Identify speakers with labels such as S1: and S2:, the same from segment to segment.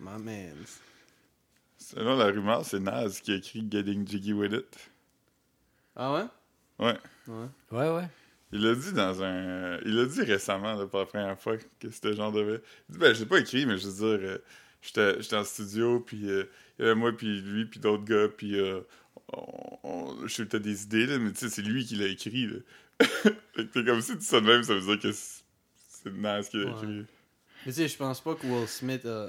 S1: my mans.
S2: Selon la rumeur, c'est Naz qui a écrit Getting Jiggy With It.
S1: Ah ouais?
S2: Ouais.
S1: Ouais.
S3: Ouais, ouais.
S2: Il l'a dit dans un. Il l'a dit récemment, là, pour la première fois, que c'était genre de. Il dit, ben, je l'ai pas écrit, mais je veux dire, euh, j'étais j'étais en studio, puis euh, il y avait moi, puis lui, puis d'autres gars, puis euh, on- on- je sais peut-être des idées, là, mais tu sais, c'est lui qui l'a écrit. Là. fait que t'es comme si tu sonnes même, ça veut dire que c'est c'est Nas qui l'a
S1: Ouais.
S2: écrit.
S1: Mais tu sais, je pense pas que Will Smith a,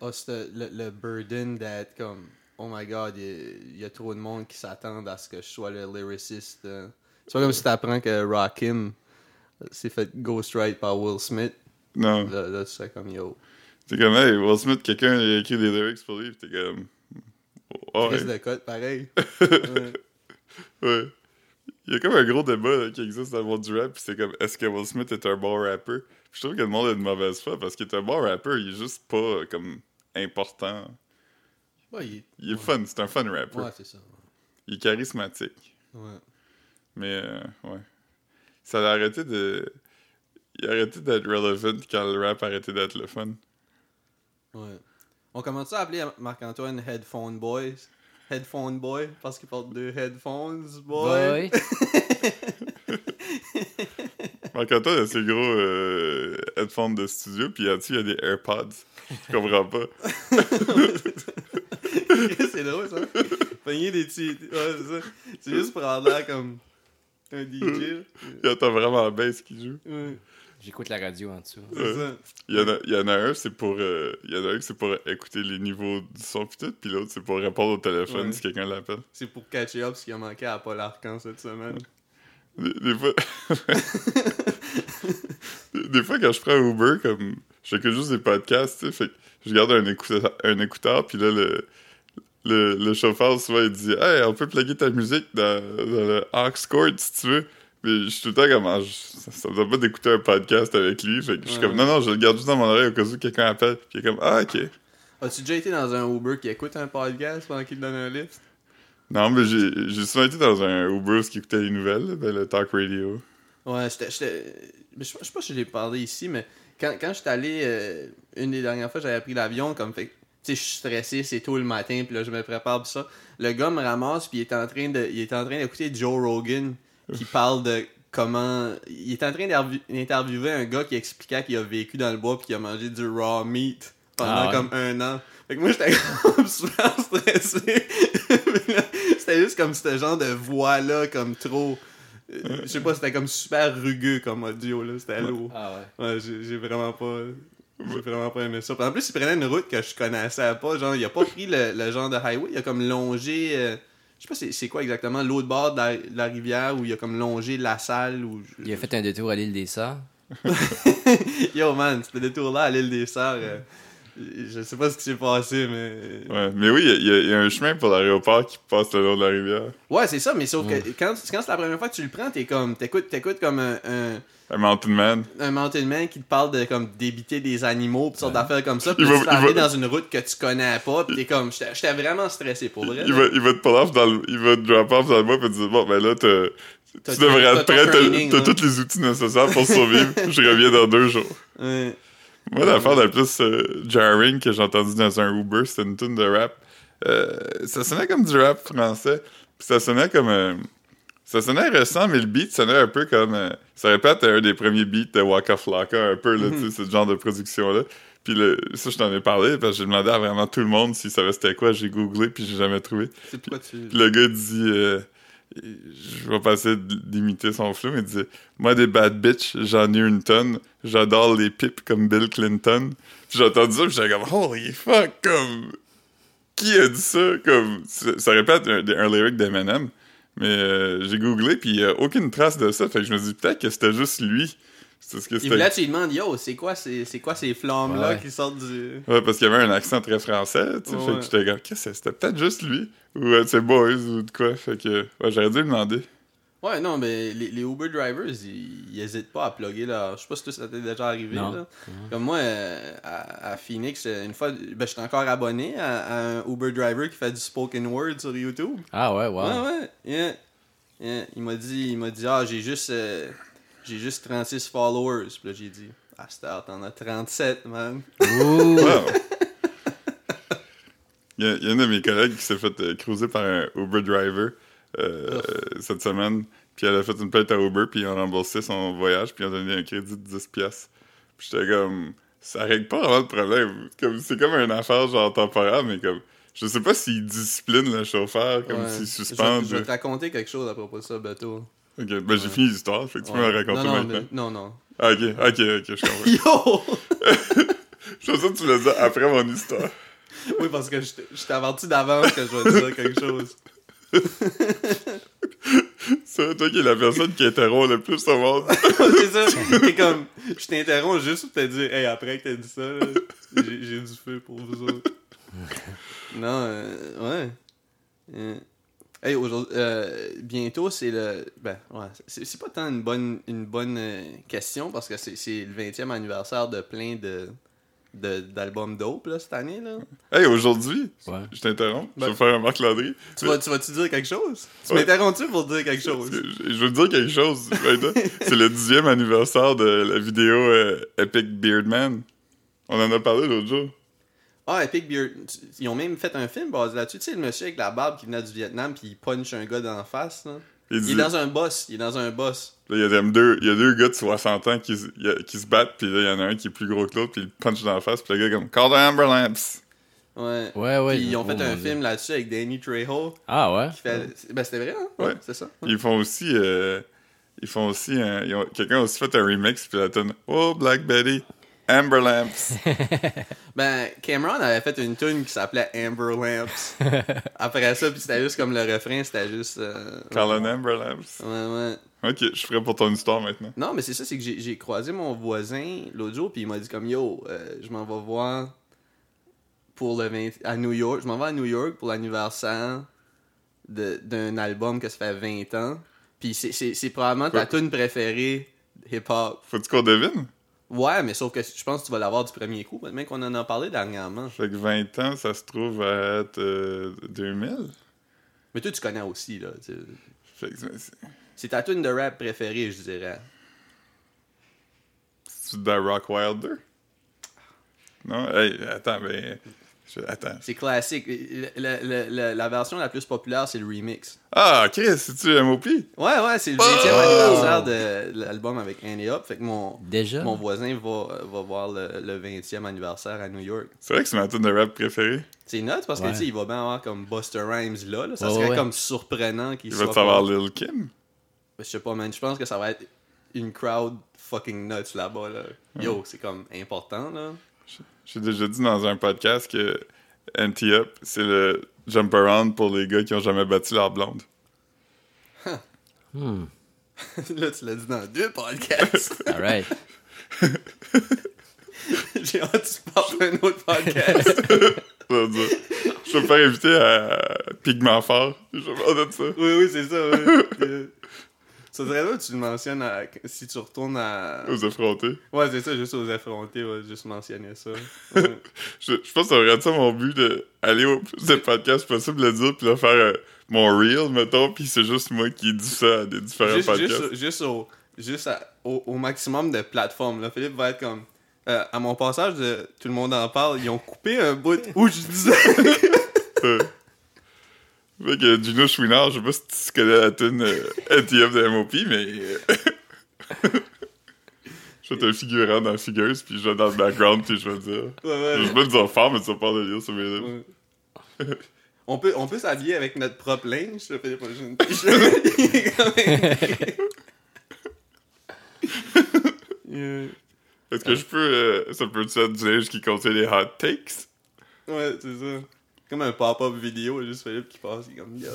S1: a ce- le, le burden d'être comme Oh my god, il y a- il y, a trop de monde qui s'attendent à ce que je sois le lyriciste. euh. C'est pas comme si t'apprends que Rakim s'est fait ghostwrite par Will Smith.
S2: Non.
S1: Là, là tu serais comme Yo.
S2: T'es comme, hey, Will Smith, quelqu'un a écrit des lyrics pour lui, pis t'es comme. Oh,
S1: Reste de
S2: ouais.
S1: code pareil. Ouais.
S2: Ouais. Il y a comme un gros débat là, qui existe dans le monde du rap, pis c'est comme, est-ce que Will Smith est un bon rappeur? Pis je trouve que le monde est de mauvaise foi, parce qu'il est un bon rappeur, il est juste pas, euh, comme, important.
S1: Ouais, il-
S2: Il est fun, c'est un fun rappeur.
S1: ouais, c'est ça.
S2: Il est charismatique.
S1: Ouais.
S2: Mais, euh, ouais. Ça a arrêté de... Il a arrêté d'être relevant quand le rap a arrêté d'être le fun.
S1: Ouais. On commence à appeler Marc-Antoine Headphone Boys. Headphone Boy, parce qu'il porte deux headphones, boy.
S3: Boy.
S2: Marc-Antoine a ses gros euh, headphones de studio, puis là-dessus, il y a des AirPods. Je comprends pas.
S1: c'est drôle, ça. Pogner des petits. Ouais, c'est ça. C'est juste prendre l'air comme un DJ.
S2: Il entend vraiment bien ce qu'il joue.
S1: Ouais,
S3: J'écoute la radio en dessous.
S1: c'est ça.
S2: Il y en a, il y en a un, c'est pour, euh, il y en a un que c'est pour écouter les niveaux du son pis tout, puis l'autre c'est pour répondre au téléphone
S1: Ouais.
S2: si quelqu'un l'appelle.
S1: C'est pour catcher up ce qui a manqué à Paul Arcan cette semaine.
S2: Des, des fois, des, des fois quand je prends Uber, comme j'écoute juste des podcasts, tu sais, fait que je garde un écouteur, un écouteur puis là le, le, le chauffeur souvent il dit, hey, on peut plugger ta musique dans, dans le aux cord si tu veux. Mais je suis tout le temps comme, Ah, je- ça, ça me donne pas d'écouter un podcast avec lui. Fait que je suis
S1: Ouais.
S2: comme, non, non, je le garde juste dans mon oreille au cas où quelqu'un appelle. Puis il est comme, ah, ok.
S1: As-tu déjà été dans un Uber qui écoute un podcast pendant qu'il donne un lift
S2: Non, mais j'ai j'ai souvent été dans un Uber où qui écoutait les nouvelles, là, ben, le talk radio.
S1: Ouais, j'étais. j'étais- mais Je je sais pas si je l'ai parlé ici, mais quand, quand j'étais allé. euh, une des dernières fois, j'avais pris l'avion, comme fait. que, Tu sais, je suis stressé, c'est tôt le matin, puis là, je me prépare pour ça. Le gars me ramasse, puis il est en train de, il est en train d'écouter Joe Rogan, qui parle de comment. Il est en train d'intervie- d'interviewer un gars qui expliquait qu'il a vécu dans le bois, puis qu'il a mangé du raw meat pendant
S3: Ah ouais.
S1: comme un an. Fait que moi, j'étais comme super stressé. Mais là, c'était juste comme ce genre de voix-là, comme trop. Euh, Je sais pas, c'était comme super rugueux comme audio, là. C'était lourd.
S3: Ah ouais.
S1: Ouais, j'ai j'ai vraiment pas. J'ai vraiment pas aimé ça. Puis en plus, il prenait une route que je connaissais pas. Genre, il a pas pris le, le genre de highway. Il a comme longé. euh, je sais pas c'est- c'est quoi exactement, l'autre bord de la, de la rivière où il a comme longé la salle. Où
S3: Il a fait un détour à l'île des Sœurs.
S1: Yo man, ce détour-là à l'île des Sœurs. euh, je sais pas ce qui s'est passé, mais.
S2: Ouais. Mais oui, il y, a- il y a un chemin pour l'aéroport qui passe le long de la rivière.
S1: Ouais, c'est ça, mais sauf que quand, quand c'est la première fois que tu le prends, t'es comme. T'écoutes t'écoutes comme un- un
S2: Un mountain man.
S1: un mountain man qui te parle de comme débiter des animaux pis sortes d'affaires comme ça pis
S2: Il
S1: là,
S2: va-
S1: tu
S2: il va-
S1: t'en vas dans une route que tu connais pas pis t'es comme j'étais j'étais vraiment stressé pour vrai
S2: Il va, il va te pull off dans le, il va te drop off dans le bois pis te dire, bon, ben là, t'as-
S1: T'as-
S2: tu devrais
S1: t'as
S2: être
S1: ton
S2: prêt, t'as-
S1: training, hein.
S2: t'as
S1: là.
S2: tous les outils nécessaires pour survivre. Je reviens dans deux jours.
S1: Ouais.
S2: Moi, l'affaire la plus euh, jarring que j'ai entendue dans un Uber, c'était une tune de rap. Euh, ça sonnait comme du rap français. Puis ça sonnait comme. euh, ça sonnait récent, mais le beat sonnait un peu comme. euh, ça répète un des premiers beats de Waka Flocka, un peu, là, tu sais, ce genre de production-là. Puis le, ça, je t'en ai parlé, parce que j'ai demandé à vraiment tout le monde s'ils savaient c'était quoi. J'ai googlé, puis j'ai jamais trouvé.
S1: c'est pourquoi tu
S2: Puis le gars dit. euh, je vais passer d- d'imiter son flow, mais il dit Moi, des bad bitch, j'en ai une tonne. J'adore les pipes comme Bill Clinton. Puis j'ai entendu ça, puis j'étais comme Holy fuck, comme. Qui a dit ça Comme. Ça ça répète un, un lyric d'Eminem. Mais euh, j'ai googlé, puis il y a aucune trace de ça. Fait que je me dis Peut-être que c'était juste lui. C'est ce que
S1: il voulait
S2: c'était.
S1: tu lui demandes yo c'est quoi ces c'est quoi ces flammes là
S3: Ouais.
S1: qui sortent du
S2: Ouais, parce qu'il y avait un accent très français, tu sais. Fait
S1: Ouais.
S2: que j'étais comme Qu'est-ce que c'est? C'était peut-être juste lui. Ou euh, c'est Boys, ou de quoi. Fait que. Ouais, j'aurais dû lui demander.
S1: ouais non mais les, les Uber drivers ils, ils hésitent pas à plugger là je sais pas si toi, ça t'est déjà arrivé
S3: Non.
S1: là. comme moi euh, à, à Phoenix euh, une fois ben j'étais encore abonné à, à un Uber driver qui fait du spoken word sur YouTube
S3: Ah ouais, wow.
S1: Ouais, ouais. yeah, yeah. Il m'a dit, il m'a dit, ah, j'ai juste, euh, j'ai juste 36 followers. Puis là, j'ai dit, ah, Star, t'en as 37, man.
S3: Ouh.
S2: Wow. Il y, a, il y a un de mes collègues qui s'est fait euh, cruiser par un Uber driver euh, cette semaine. Puis elle a fait une plainte à Uber, puis ils ont remboursé son voyage, puis ils ont donné un crédit de 10$. piastres. Puis j'étais comme, ça règle pas vraiment le problème. Comme, c'est comme une affaire genre temporaire, mais comme, je sais pas s'ils disciplinent le chauffeur, comme
S1: Ouais.
S2: s'ils
S1: Je vais-
S2: suspendent.
S1: Je vais te raconter quelque chose à propos de ça, Bateau.
S2: Ok, ben j'ai fini l'histoire, fait que tu peux me
S1: Ouais.
S2: raconter
S1: non, non,
S2: maintenant.
S1: mais- non, non.
S2: Ah, ok, ok, ok, je comprends.
S1: Yo!
S2: je pensais que tu le disais après mon histoire.
S1: oui, parce que je t'ai- je t'ai averti d'avance que je vais te dire quelque chose.
S2: C'est toi qui es la personne qui interrompt le plus au monde.
S1: c'est ça. T'es comme, je t'interromps juste pour te dire, hey, après que t'as dit ça, là, j'ai j'ai du feu pour vous autres. non, euh, ouais. Euh, hey, aujourd'hui, euh, bientôt, c'est le. Ben, ouais. C'est c'est pas tant une bonne, une bonne euh, question parce que c'est c'est le 20e anniversaire de plein de de- d'albums dope là, cette année. Là.
S2: Hey, aujourd'hui,
S3: Ouais.
S2: je t'interromps, je
S1: Ben-
S2: vais faire un Marc Landry.
S1: Tu vas- tu vas-tu dire quelque chose? Tu
S2: Ouais.
S1: m'interromps-tu pour dire quelque
S2: Parce
S1: chose?
S2: que Je je veux dire quelque chose. maintenant. C'est le dixième anniversaire de la vidéo euh, Epic Beardman. On en a parlé l'autre jour.
S1: Ah, Epic Beard. Ils ont même fait un film basé là-dessus. Tu sais, le monsieur avec la barbe qui venait du Vietnam puis il punch un gars dans la face. Là.
S2: Il
S1: Il
S2: dit,
S1: est
S2: là,
S1: dans un boss. Il est dans un boss.
S2: il y, a comme deux, il y a deux gars de 60 ans qui, se- il y a- qui se battent, puis là, il y en a un qui est plus gros que l'autre, puis il le punch dans la face, puis le gars est comme « Call the ambulance!
S1: Ouais.
S3: Ouais, ouais.
S1: Puis ils ont
S3: oh
S1: fait
S3: mon
S1: un
S3: Dieu.
S1: film là-dessus avec Danny Trejo.
S3: Ah ouais?
S1: Qui fait... Ben, c'était vrai, hein?
S2: Ouais.
S1: C'est ça. ».
S2: Ils font aussi... euh, ils font aussi un- ils ont- Quelqu'un a aussi fait un remix, puis la tonne « Oh, Black Betty! Amber Lamps!
S1: Ben, Cameron avait fait une tune qui s'appelait Amber Lamps. Après ça, puis c'était juste comme le refrain, c'était juste. euh,
S2: Call an Amber Lamps!
S1: Ouais, ouais. ».
S2: Ok, je suis prêt pour ton histoire maintenant.
S1: Non, mais c'est ça, c'est que j'ai j'ai croisé mon voisin l'autre jour, puis il m'a dit comme yo, euh, je m'en vais voir pour le 20 à New York, je m'en vais à New York pour l'anniversaire de- d'un album que ça fait 20 ans. Puis c'est- c'est c'est probablement ta
S2: Ouais.
S1: tune préférée hip-hop.
S2: Faut-tu qu'on devine?
S1: Ouais, mais sauf que je pense que tu vas l'avoir du premier coup, même qu'on en a parlé dernièrement.
S2: Fait que 20 ans, ça se trouve à être euh, 2000.
S1: Mais toi, tu connais aussi, là. tu-
S2: Fait que c'est-
S1: C'est ta tune de rap préférée, je dirais.
S2: c'est de Rock Wilder. Non? Hey, attends, mais. je- attends.
S1: C'est classique. Le- le- le- la version la plus populaire, c'est le remix.
S2: Ah, Chris, c'est-tu MOP?
S1: Ouais, ouais,
S2: Oh!
S1: c'est le 20e anniversaire de l'album avec Annie Up. Fait que mon,
S3: Déjà?
S1: mon voisin va, va voir le, le 20e anniversaire à New York.
S2: C'est vrai que c'est ma tune de rap préférée.
S1: C'est nuts parce que
S3: Ouais.
S1: tu sais, il va bien avoir comme Buster Rhymes là. là. Ça
S3: Ouais,
S1: serait
S3: ouais, ouais.
S1: comme surprenant qu'il
S2: Il
S1: soit.
S2: va savoir Lil Kim.
S1: Je sais pas, man. Je pense que ça va être une crowd fucking nuts là-bas. Là. Yo, c'est comme important là.
S2: J'ai déjà dit dans un podcast que NT Up, c'est le jump around pour les gars qui ont jamais battu leur blonde.
S3: Hmm.
S1: là, tu l'as dit dans deux podcasts.
S3: Alright.
S1: J'ai hâte que tu parles d'un autre podcast.
S2: Ça veut dire- Je vais me faire inviter à Pigment Fort. Je vais parler de ça.
S1: oui, oui, c'est ça. Oui. Euh, Ça serait là que tu le mentionnes à- si tu retournes à.
S2: Aux affrontés.
S1: Ouais, c'est ça, juste aux affrontés, ouais, juste mentionner ça. Ouais.
S2: Je, je pense que ça aurait été ça mon but de aller au plus de podcasts possible, le dire, puis là, faire euh, mon reel, mettons, puis c'est juste moi qui dis ça à des différents
S1: juste, euh,
S2: podcasts.
S1: juste, juste au, juste à- au, au maximum de plateformes. Là. Philippe va être comme. euh, à mon passage, de tout le monde en parle, ils ont coupé un bout où je disais.
S2: Euh. Fait que Gino Chouinard, je sais pas si tu connais la tune euh, NTF de MOP, mais. euh, je vais te figurant dans Figures, puis je vais dans le background, puis je vais dire.
S1: Ouais, ouais,
S2: Je vais pas le dire fort, mais tu vas pas le lire sur mes
S1: ouais.
S2: lèvres.
S1: Ouais. On peut, on peut s'habiller avec notre propre linge, là, Philippe. j'ai une t-shirt. Il est quand même- Euh,
S2: Est-ce que je peux. euh, ça peut être du linge qui contient des hot takes?
S1: Ouais, c'est ça. Comme un pop-up vidéo, juste Philippe qui passe, il est comme Yo.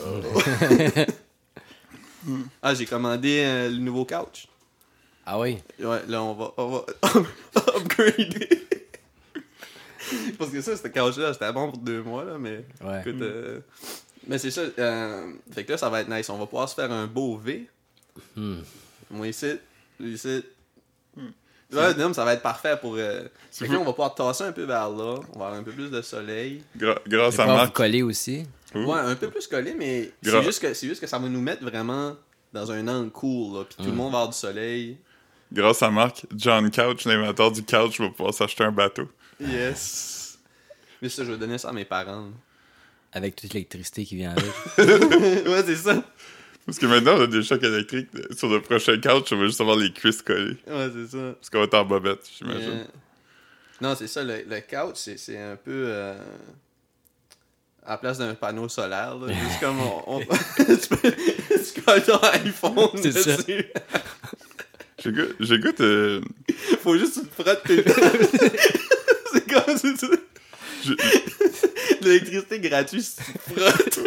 S1: ah, j'ai commandé euh, le nouveau couch.
S3: Ah oui?
S1: Ouais, là, on va, on va upgrader. Parce que ça, ce couch-là, c'était bon pour deux mois, là, mais
S3: Ouais.
S1: écoute. euh, Mais c'est ça. euh, Fait que là, ça va être nice. On va pouvoir se faire un beau V.
S3: Hmm.
S1: Moi, ici, lui, ici. Ouais, non, mais ça va être parfait pour. euh, Fait que là, on va pouvoir tasser un peu vers là. On va avoir un peu plus de soleil.
S2: Gra- grâce à
S3: Ça va vous
S2: Marc.
S3: coller aussi?
S2: Ouh.
S1: Ouais, un peu plus collé, mais
S2: Gra-
S1: c'est juste, que, c'est juste que ça va nous mettre vraiment dans un angle cool, là, puis
S3: Hmm.
S1: tout le monde va avoir du soleil.
S2: Grâce à Marc, John Couch, l'inventeur du couch, va pouvoir s'acheter un bateau.
S1: Yes! Mais ça, je vais donner ça à mes parents.
S3: avec toute l'électricité qui vient avec.
S1: ouais, c'est ça.
S2: Parce que maintenant, on a des chocs électriques sur le prochain couch, on va juste avoir les cuisses collées.
S1: Ouais, c'est ça.
S2: Parce qu'on va être en bobette, j'imagine.
S1: Euh, Non, c'est ça, le, le couch, c'est- c'est un peu. euh, À la place d'un panneau solaire, là, juste comme on. on- tu peux. Tu colles ton iPhone
S3: C'est ça.
S1: dessus.
S2: J'écoute, j'écoute, euh,
S1: Faut juste que tu te frottes tes C'est comme si tu.
S2: j'ai-
S1: de L'électricité gratuite, si tu te frottes.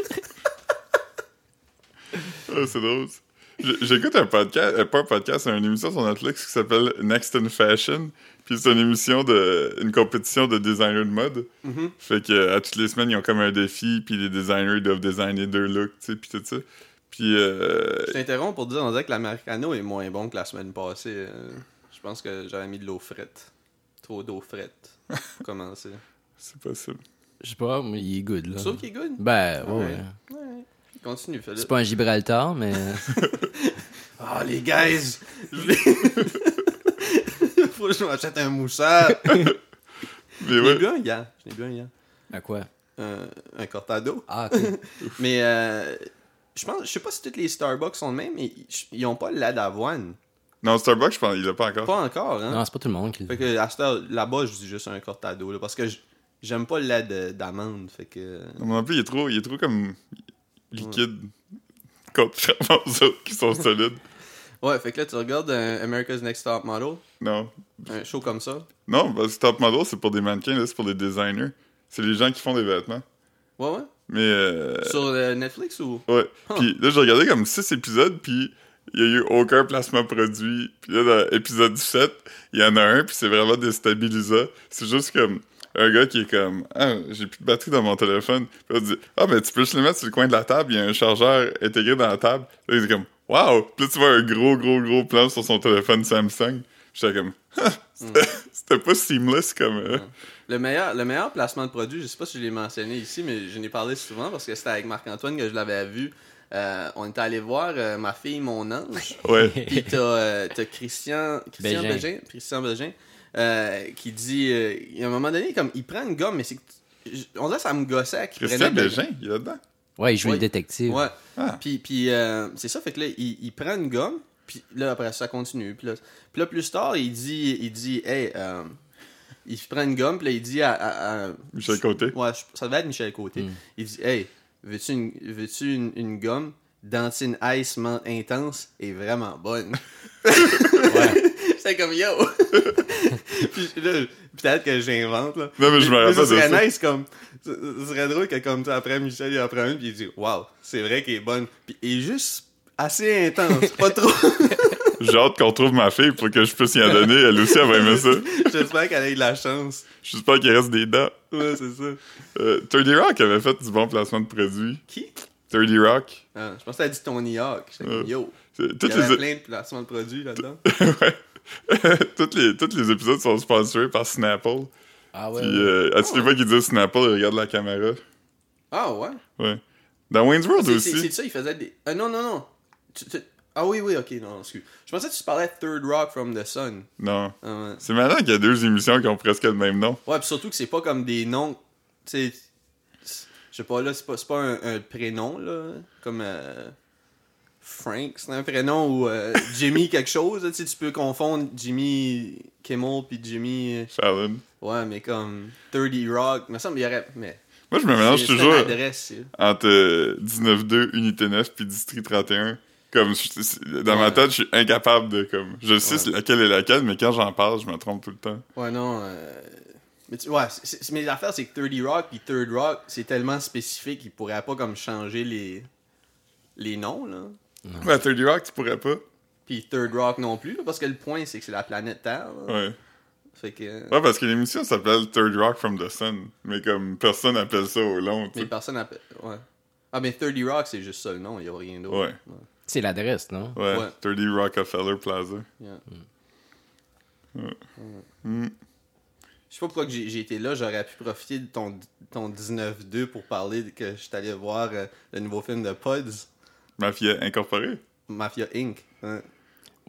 S2: Ah, c'est drôle. ça. J'- J'écoute un podcast, euh, pas un podcast, c'est une émission sur Netflix qui s'appelle Next in Fashion. Puis c'est une émission de. une compétition de designers de mode.
S1: Mhm.
S2: Fait que euh, à toutes les semaines, ils ont comme un défi, puis les designers doivent designer deux looks, tu sais, puis tout ça. Puis. euh,
S1: Je t'interromps pour dire, on dirait que l'americano est moins bon que la semaine passée. euh, Je pense que j'avais mis de l'eau frette. Trop d'eau frette. Pour commencer.
S2: c'est possible.
S3: Je sais pas, mais il est good, là.
S1: Tu trouves qu'il est good?
S3: Ben, ouais, ouais.
S1: Ouais. Ouais. Continue, Philippe.
S3: C'est pas un Gibraltar, mais.
S1: Ah, les guys! Je voulais- Faut que je m'achète un moussard.
S2: Mais
S1: J'en ai
S2: ouais,
S1: bu un hier. J'en ai bu un hier.
S3: à quoi
S1: Un, un cortado.
S3: Ah, ok.
S1: Mais euh, je pense, je sais pas si toutes les Starbucks sont le même, mais ils- ils ont pas la d'avoine.
S2: Non, Starbucks, je pense, il l'a pas encore.
S1: Pas encore, hein?
S3: Non, c'est pas tout le monde qui le
S1: Fait que à cette heure, là-bas, je dis juste un cortado, là, parce que j- j'aime pas le lait de- d'amande, fait que...
S2: Non, mais non plus, il est trop, il est trop comme. liquide. Contrairement aux autres qui sont solides.
S1: Ouais, fait que là, tu regardes un America's Next Top Model,
S2: Non.
S1: un show comme ça.
S2: Non, parce que Top Model, c'est pour des mannequins, là, c'est pour des designers. C'est les gens qui font des vêtements.
S1: Ouais, ouais.
S2: Mais. euh,
S1: Sur euh, Netflix ou...
S2: Ouais.
S1: Huh.
S2: Puis là, j'ai regardé comme 6 épisodes, puis il y a eu aucun placement produit. Puis là, dans l'épisode 7, il y en a un, puis c'est vraiment déstabilisant. C'est juste comme un gars qui est comme Ah, j'ai plus de batterie dans mon téléphone. Puis là, il dit Ah, ben tu peux juste le mettre sur le coin de la table, il y a un chargeur intégré dans la table. Là, il est comme Waouh! Puis là, tu vois un gros, gros, gros plan sur son téléphone Samsung. J'étais comme Ah, C'était c'était pas seamless comme. euh,
S1: Le meilleur, le meilleur placement de produit, je sais pas si je l'ai mentionné ici, mais je n'ai parlé souvent parce que c'était avec Marc-Antoine que je l'avais vu. Euh, on était allé voir euh, ma fille, mon ange.
S2: Ouais.
S1: Puis t'as euh, t'as Christian, Christian
S3: Bégin.
S1: Bégin, Christian Bégin, euh, qui dit, euh, il y a un moment donné, comme il prend une gomme, mais c'est, que- j- on dirait que ça me gossait. qu'il
S2: Christian
S1: prenait de-
S2: Bégin, il est là-dedans.
S3: Ouais, il joue
S1: Ouais.
S3: le détective.
S1: Ouais.
S2: Ah.
S1: Puis, puis euh, c'est ça, fait que là, il, il prend une gomme, puis là, après ça continue. Puis là, puis là, plus tard, il dit, il dit, hey, euh, il prend une gomme, puis là, il dit à. à- à-
S2: Michel Côté.
S1: Ouais, je- ça devait être Michel Côté. Il dit, hey, veux-tu une, veux-tu une, une gomme? Dentine Ice menthe intense est vraiment bonne.
S3: Ouais.
S1: C'est comme yo! puis là, peut-être que j'invente, là.
S2: Non, mais je me rappelle
S1: ça
S2: de ça.
S1: serait nice comme. Ce ce serait drôle que, comme ça, après Michel, il en prend une, puis il dit Waouh, c'est vrai qu'elle est bonne. Puis il est juste assez intense, pas trop.
S2: J'ai hâte qu'on trouve ma fille pour que je puisse y en donner. Elle aussi, elle va aimer ça.
S1: J'espère qu'elle a eu de la chance.
S2: J'espère qu'il reste des dents.
S1: Ouais, c'est ça.
S2: Euh, 30 Rock avait fait du bon placement de produits.
S1: Qui
S2: 30 Rock.
S1: Ah, Je pensais qu'elle a dit Tony Hawk. J'étais comme
S2: Ouais.
S1: Yo.
S2: C'est-
S1: Il y
S2: Toutes
S1: avait
S2: les,
S1: plein de placements de produits là-dedans.
S2: toutes les, toutes les épisodes sont sponsorés par Snapple.
S3: Ah ouais.
S2: Puis,
S3: ouais.
S2: euh, à toutes les fois qu'ils disent Snapple, ils regardent la caméra.
S1: Ah ouais
S2: Ouais. Dans Wayne's World
S1: C'est- C'est c'est
S2: aussi.
S1: ça, il faisait des. Ah non, non, non. Tu- tu- Ah oui, oui, ok, non, excuse. Je pensais que tu parlais de Third Rock from the Sun.
S2: Non.
S1: Ah, ouais.
S2: C'est maintenant qu'il y a deux émissions qui ont presque le même nom.
S1: Ouais, pis surtout que c'est pas comme des noms. Tu sais, je sais pas, là, c'est pas, c'est pas un, un prénom, là. Comme euh, Frank, c'est un prénom ou euh, Jimmy quelque chose. là, Tu sais, tu peux confondre Jimmy Kimmel puis Jimmy. euh,
S2: Fallon.
S1: Ouais, mais comme 30 Rock. Il me semble qu'il y aurait. Mais.
S2: Moi, je me mélange
S1: c'est- c'est
S2: toujours
S1: une adresse, c'est-
S2: entre euh, 19-2, Unité 9 puis District 31. Comme, je- c'est- dans ma
S1: Ouais.
S2: tête, je suis incapable de, comme, je sais
S1: Ouais.
S2: c'est laquelle est laquelle, mais quand j'en parle, je me trompe tout le temps.
S1: Ouais, non. euh, Mais tu- ouais, c'est- c'est- mais l'affaire, c'est que 30 Rock puis Third Rock, c'est tellement spécifique qu'ils pourraient pas comme changer les. les noms, là.
S2: Ouais, 30 Ben, Rock, tu pourrais pas.
S1: Puis Third Rock non plus, là, parce que le point, c'est que c'est la planète Terre. là.
S2: Ouais.
S1: Fait que. euh,
S2: Ouais, parce que l'émission s'appelle Third Rock from the Sun, mais comme personne appelle ça au long, tu
S1: Mais
S2: sais.
S1: personne appelle. Ouais. Ah, mais 30 Rock, c'est juste ça le nom, il n'y a rien d'autre.
S2: Ouais.
S3: C'est l'adresse, non
S2: Ouais,
S1: Ouais.
S2: 30 Rockefeller Plaza.
S1: Yeah.
S2: Hmm.
S1: Mm. Je sais pas pourquoi que j'ai j'ai été là, j'aurais pu profiter de ton, ton 19-2 pour parler de- que je suis allé voir euh, le nouveau film de Pods,
S2: Mafia Incorporée.
S1: Mafia Inc. hein.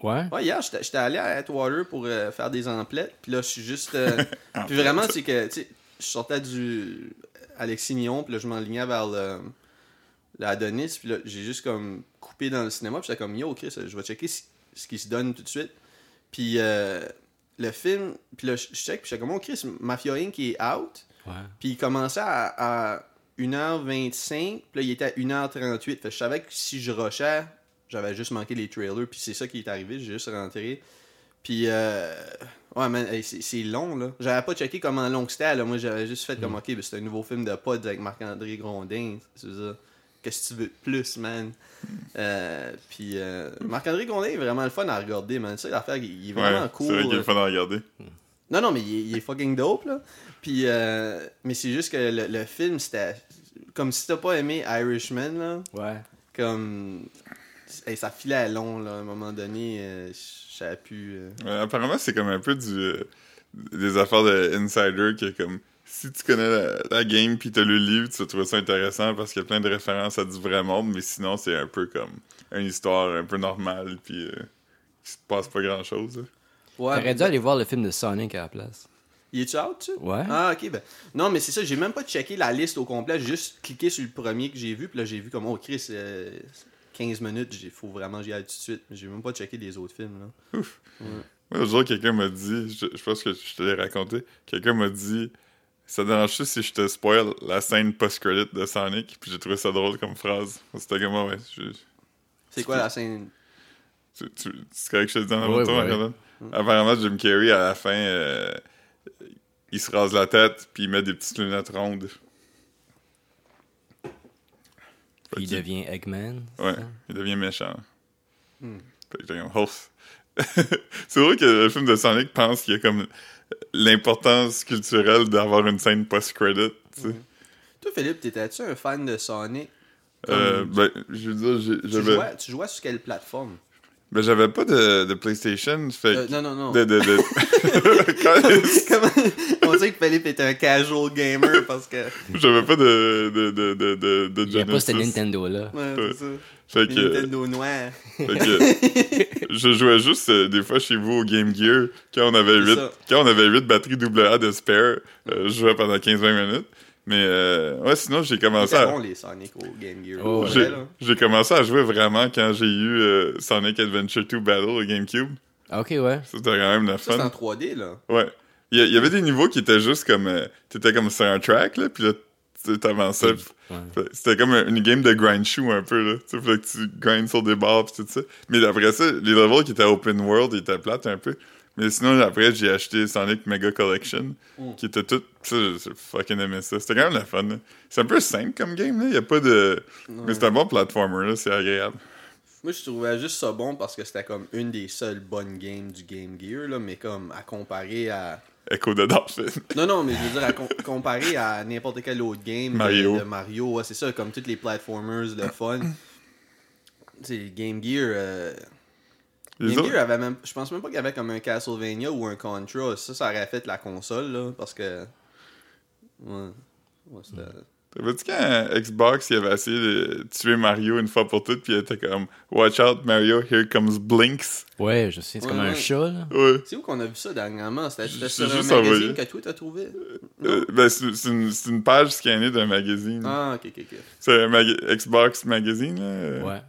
S1: Ouais.
S3: Ouais.
S1: Ouais, hier, j'étais j'étais allé à Atwater pour euh, faire des emplettes, puis là, je suis juste. euh, puis vraiment, c'est que, tu sais, je sortais du euh, Alexis Nyon, puis là, je m'enlignais vers le, le Adonis, puis là, j'ai juste comme coupé dans le cinéma, puis j'étais comme, yo, Chris, je vais checker ce, ce qui se donne tout de suite. Puis euh, le film, puis là, je je check, puis j'étais comme, oh, Chris, Mafia Inc. est out,
S3: Ouais.
S1: puis il commençait à, à 1h25, puis là, il était à 1h38. Fait que je savais que si je rushais, j'avais juste manqué les trailers, puis c'est ça qui est arrivé, j'ai juste rentré. Puis, euh, ouais, man, hey, c'est c'est long, là. J'avais pas checké comment long que c'était, là. Moi, j'avais juste fait comme, ok, ben, c'est un nouveau film de pods avec Marc-André Grondin. C'est ça. Qu'est-ce que tu veux de plus, man? Euh, puis, euh, Marc-André Grondin est vraiment le fun à regarder, man. Ça, l'affaire, il il est vraiment
S2: Ouais,
S1: cool.
S2: c'est vrai qu'il est fun à regarder.
S1: Non, non, mais il est, il est fucking dope, là. Puis, euh, mais c'est juste que le, le film, c'était. Comme si t'as pas aimé Irishman, là.
S3: Ouais.
S1: Comme. hey, ça filait à long, là. À un moment donné, euh, je savais plus. euh.
S2: Ouais, apparemment, c'est comme un peu du, euh, des affaires de insider que comme si tu connais la, la game puis t'as lu le livre, tu vas trouver ça intéressant parce qu'il y a plein de références à du vrai monde, mais sinon c'est un peu comme une histoire un peu normale puis euh, il se passe pas grand chose.
S3: T'aurais dû aller voir le film de Sonic à la place.
S1: Il est-tu out, tu?
S3: Ouais.
S1: Ah, ok, ben. Non, mais c'est ça, j'ai même pas checké la liste au complet. J'ai juste cliqué sur le premier que j'ai vu, puis là, j'ai vu comme, oh, Chris, euh, 15 minutes, il faut vraiment que j'y aille tout de suite. Mais J'ai même pas checké les autres films, là.
S2: Moi, l'autre jour, quelqu'un m'a dit, je, je pense que je te l'ai raconté, quelqu'un m'a dit Ça te dérange si je te spoil la scène post-credit de Sonic, puis j'ai trouvé ça drôle comme phrase. C'était comme, Ah ouais, je-
S1: C'est quoi la scène?
S2: Tu, tu, c'est correct que je te dis en
S3: Ouais,
S2: avant toi,
S3: ouais.
S2: Marc-Antoine? Apparemment, Jim Carrey, à la fin, euh, il se rase la tête, puis il met des petites lunettes rondes. Fait
S3: Il
S2: qu'il-
S3: devient Eggman. c'est
S2: Ouais,
S3: ça? Hmm.
S2: il devient méchant. Fait que j'étais comme, Oh. c'est vrai que le film de Sonic pense qu'il y a comme l'importance culturelle d'avoir une scène post-credit. tu sais.
S1: Toi, Philippe, t'étais-tu un fan de Sonic?
S2: Euh, ben, je veux dire, j'ai-
S1: Tu
S2: j'avais
S1: jouais, tu jouais sur quelle plateforme?
S2: ben, j'avais pas de, de PlayStation, fait
S1: Euh,
S2: que-
S1: non, non, non.
S2: de, de, de...
S1: Comment- On dirait que Philippe est un casual gamer parce que.
S2: J'avais pas de, de, de, de, de, de
S3: Il n'y a pas ce
S2: Genesis.
S3: Nintendo-là.
S1: Ouais, c'est ça.
S2: Fait
S1: Les
S2: que,
S1: Nintendo noir.
S2: fait que je jouais juste euh, des fois chez vous au Game Gear quand on avait
S1: C'est
S2: 8,
S1: ça.
S2: quand on avait 8 batteries AA de spare. euh, je jouais pendant 15-20 minutes. Mais euh, ouais, sinon, j'ai commencé
S1: C'est
S2: à.
S1: bon les hein. Sonic au Game Gear.
S3: Oh,
S1: pour
S3: ouais.
S2: j'ai-
S1: vrai, là.
S2: J'ai commencé à jouer vraiment quand j'ai eu euh, Sonic Adventure 2 Battle au GameCube.
S3: Ah, Ok, ouais.
S2: C'était quand même le
S1: Ça, c'est en
S2: fun.
S1: 3D, là.
S2: Ouais. Il y, a- il y avait des niveaux qui étaient juste comme. euh, T'étais comme sur un track, là, puis là, tu- t'avançais. puis
S3: Ouais.
S2: Fait- C'était comme un- une game de grind shoe un peu, là. Tu sais, fallait que tu grindes sur des barres pis tout ça. Mais après ça, les levels qui étaient open world, ils étaient plates un peu. Mais sinon, après, j'ai acheté Sonic Mega Collection,
S1: Mm.
S2: qui était tout... Ça, j'ai fucking aimé ça. C'était quand même la fun, là. C'est un peu simple comme game, là. Y a pas de... Mais c'est un bon platformer, là. C'est agréable.
S1: Moi, je trouvais juste ça bon parce que c'était comme une des seules bonnes games du Game Gear, là. Mais comme à comparer à.
S2: Echo de Dolphin.
S1: Non, non, mais je veux dire, à com- comparer à n'importe quelle autre game de-
S2: Mario.
S1: de Mario, ouais, c'est ça, comme toutes les platformers de fun. C'est Game Gear. euh,
S2: Les
S1: Game
S2: autres...
S1: Gear avait même. Je pense même pas qu'il y avait comme un Castlevania ou un Contra. Ça, ça aurait fait la console, là. Parce que. Ouais. Ouais, c'était.
S2: T'avais-tu quand euh, Xbox, il avait essayé de tuer Mario une fois pour toutes, puis il était comme « Watch out, Mario, here comes Blinks
S3: Ouais, je sais. C'est
S1: Ouais,
S3: comme un
S1: ouais.
S3: chat, là. ».
S2: Ouais.
S1: C'est où qu'on a vu ça dernièrement C'était c'était
S2: Je-
S1: sur
S2: je
S1: un
S2: juste
S1: magazine
S2: envoyé.
S1: que toi t'as trouvé
S2: Euh, ben, c'est c'est une, c'est une page scannée d'un magazine.
S1: Ah, ok, ok, ok.
S2: C'est un maga- Xbox Magazine, là.
S3: Ouais.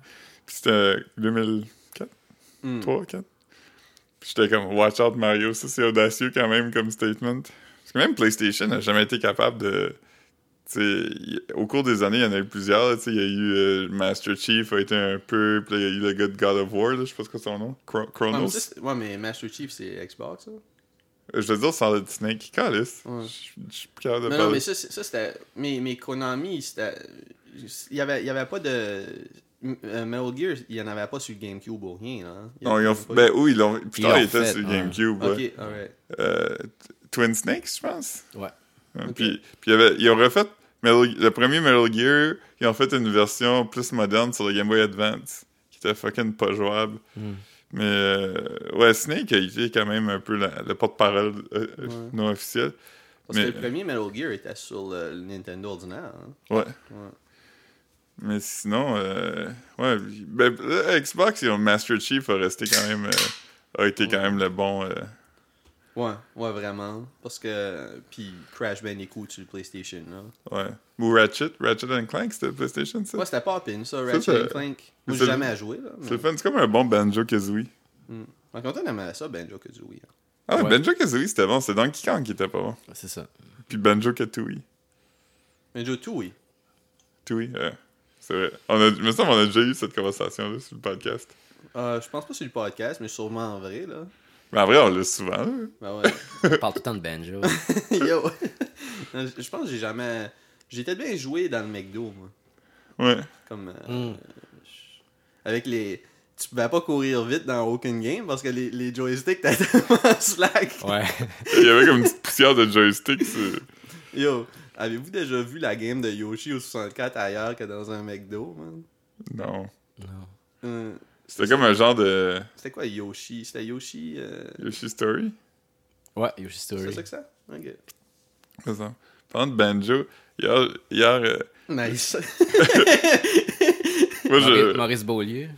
S2: Puis c'était 2004,
S1: Hmm.
S2: 3, 4. Puis j'étais comme, watch out Mario, ça c'est audacieux quand même comme statement. Parce que même PlayStation n'a jamais été capable de. tu sais, y- au cours des années, il y en a eu plusieurs. là, tu sais, Il y a eu euh, Master Chief, a été un peu. Puis là, il y a eu le gars de God of War, là, je sais pas ce que c'est son nom. Chro-
S1: Ouais,
S2: Chronos.
S1: Ah, mais ça, c'est- ouais, mais Master Chief, c'est Xbox, hein. ça
S2: Euh, je veux dire, Solid Snake, Calice.
S1: Ouais.
S2: Je je suis plus capable de
S1: Non,
S2: parler.
S1: non, mais ça, c'est- ça, c'était. Mais, mais Konami, c'était. Il y avait, il y avait pas de. M- euh, Metal Gear, il y en avait pas sur GameCube ou rien, là. hein? Il y
S2: Non,
S1: en
S2: ils ont
S1: avait
S2: f-
S1: pas
S2: Ben oui, ils l'ont. Plus
S3: Ils
S2: tard,
S3: l'ont
S2: ils étaient
S3: fait,
S2: sur
S3: ouais.
S2: GameCube. ouais.
S1: Ok, alright.
S2: Euh, T- Twin Snakes, je pense.
S3: Ouais.
S2: Hein,
S1: Ok.
S2: Puis, puis il y avait- ils ont refait Metal- le premier Metal Gear, ils ont fait une version plus moderne sur le Game Boy Advance, qui était fucking pas jouable.
S3: Mm.
S2: Mais euh, ouais, Snake a été quand même un peu la- le porte-parole euh, euh,
S1: Ouais.
S2: non officiel.
S1: Parce
S2: Mais-
S1: que le premier Metal Gear était sur le le Nintendo ordinaire. hein.
S2: Ouais.
S1: Ouais.
S2: Mais sinon, euh, ouais, ben, le Xbox, ils ont- Master Chief a resté quand même, euh, a été quand même le bon. euh,
S1: Ouais, ouais, vraiment. Parce que. Puis Crash Bandicoot sur le PlayStation, là.
S2: Ouais. Ou Ratchet, Ratchet and Clank, c'était PlayStation, ça.
S1: Ouais, c'était Poppin, ça,
S2: Ça,
S1: Ratchet
S2: c'est-
S1: and Clank. Moi,
S2: c'est-
S1: j'ai jamais à jouer, là. Mais...
S2: c'est fun, c'est comme un bon Banjo Kazooie.
S1: Hmm. En comptant, on aimerait ça, Banjo Kazooie. hein.
S2: Ah,
S3: Ouais.
S2: Banjo Kazooie, c'était bon, c'est Donkey Kong qui était pas bon.
S3: C'est ça.
S2: Puis Banjo Kazooie.
S1: Banjo Tooie.
S2: Oui, euh, c'est vrai. On a, il me semble qu'on a déjà eu cette conversation-là sur le podcast.
S1: Euh, je pense pas sur le podcast, mais sûrement en vrai, là.
S2: Mais en vrai, on l'a souvent. là.
S1: Ben ouais.
S3: On parle tout le temps de banjo.
S1: Yo! Non, je je pense que j'ai jamais. J'ai peut-être bien joué dans le McDo, moi.
S2: Ouais.
S1: Comme. euh,
S2: Hmm.
S3: Mm.
S1: je- Avec les. Tu pouvais pas courir vite dans aucune game parce que les, les joysticks t'étaient tellement slack.
S3: Ouais.
S2: Il y avait comme une petite poussière de joystick. c'est-
S1: Yo, avez-vous déjà vu la game de Yoshi au 64 ailleurs que dans un McDo, man?
S2: Non.
S3: Non.
S1: Euh,
S2: C'était comme un genre de
S1: C'était quoi Yoshi? C'était Yoshi. euh,
S2: Yoshi Story.
S3: Ouais, Yoshi
S1: C'est
S3: Story.
S1: ça que ça? Ok.
S2: par exemple. Parlant de banjo, hier, hier euh,
S1: Nice.
S2: moi
S3: Maurice,
S2: je.
S3: Maurice Beaulieu.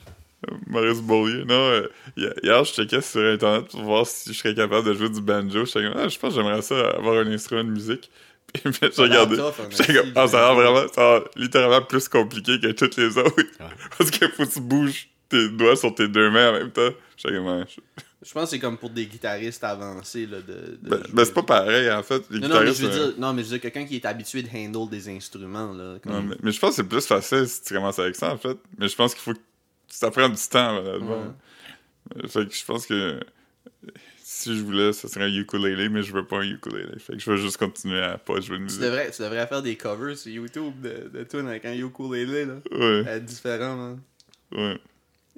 S2: Maurice Beaulieu. Non, euh, hier, hier, je checkais sur internet pour voir si je serais capable de jouer du banjo. J'étais comme, ah, je pense que j'aimerais ça avoir un instrument de musique. Puis je
S1: Ça a l'air
S2: regardais.
S1: tough, hein, en
S2: J'étais comme,
S1: esti,
S2: ah, ça a l'air
S1: du banjo.
S2: vraiment, ça a l'air littéralement plus compliqué que toutes les autres.
S3: Ouais.
S2: Parce que faut que tu bouges tes doigts sur tes deux mains en même temps. J'étais comme, ah, je-
S1: Je pense que c'est comme pour des guitaristes avancés, là. De, de
S2: Ben,
S1: jouer.
S2: ben, c'est pas pareil, en fait. Les
S1: Non, non, mais
S2: guitaristes,
S1: je veux
S2: euh,
S1: dire, non, mais je veux dire, quelqu'un qui est habitué de handle des instruments, là. comme-
S2: non, mais, mais je pense que c'est plus facile si tu commences avec ça, en fait. Mais je pense qu'il faut que ça prenne du temps,
S1: Mm.
S2: malheureusement. Fait que je pense que si je voulais, ça serait un ukulélé, mais je veux pas un ukulélé. Fait que je veux juste continuer à pas jouer de
S1: Tu,
S2: musique.
S1: devrais, tu devrais faire des covers sur YouTube de, de tunes avec un ukulélé, là.
S2: Ouais,
S1: Euh, différent, man.
S2: ouais.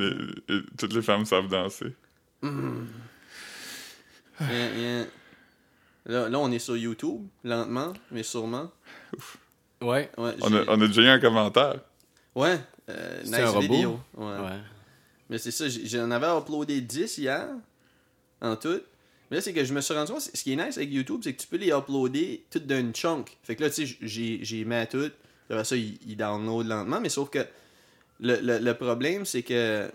S2: Et- et toutes les femmes savent danser.
S1: Yeah, yeah. Là, là, on est sur YouTube, lentement, mais sûrement.
S3: Ouais.
S1: Ouais,
S2: On
S1: j'ai-
S2: a, on a déjà eu un commentaire.
S1: ouais euh, nice
S3: C'est un robot?
S1: vidéo. Ouais.
S3: Ouais.
S1: Mais c'est ça, j'ai- j'en avais uploadé 10 hier, en tout. Mais là, c'est que je me suis rendu compte, c- ce qui est nice avec YouTube, c'est que tu peux les uploader toutes d'une chunk. Fait que là, tu sais, j'ai j'ai mis à tout. Après ça, il, il download lentement. Mais sauf que le, le- le problème, c'est que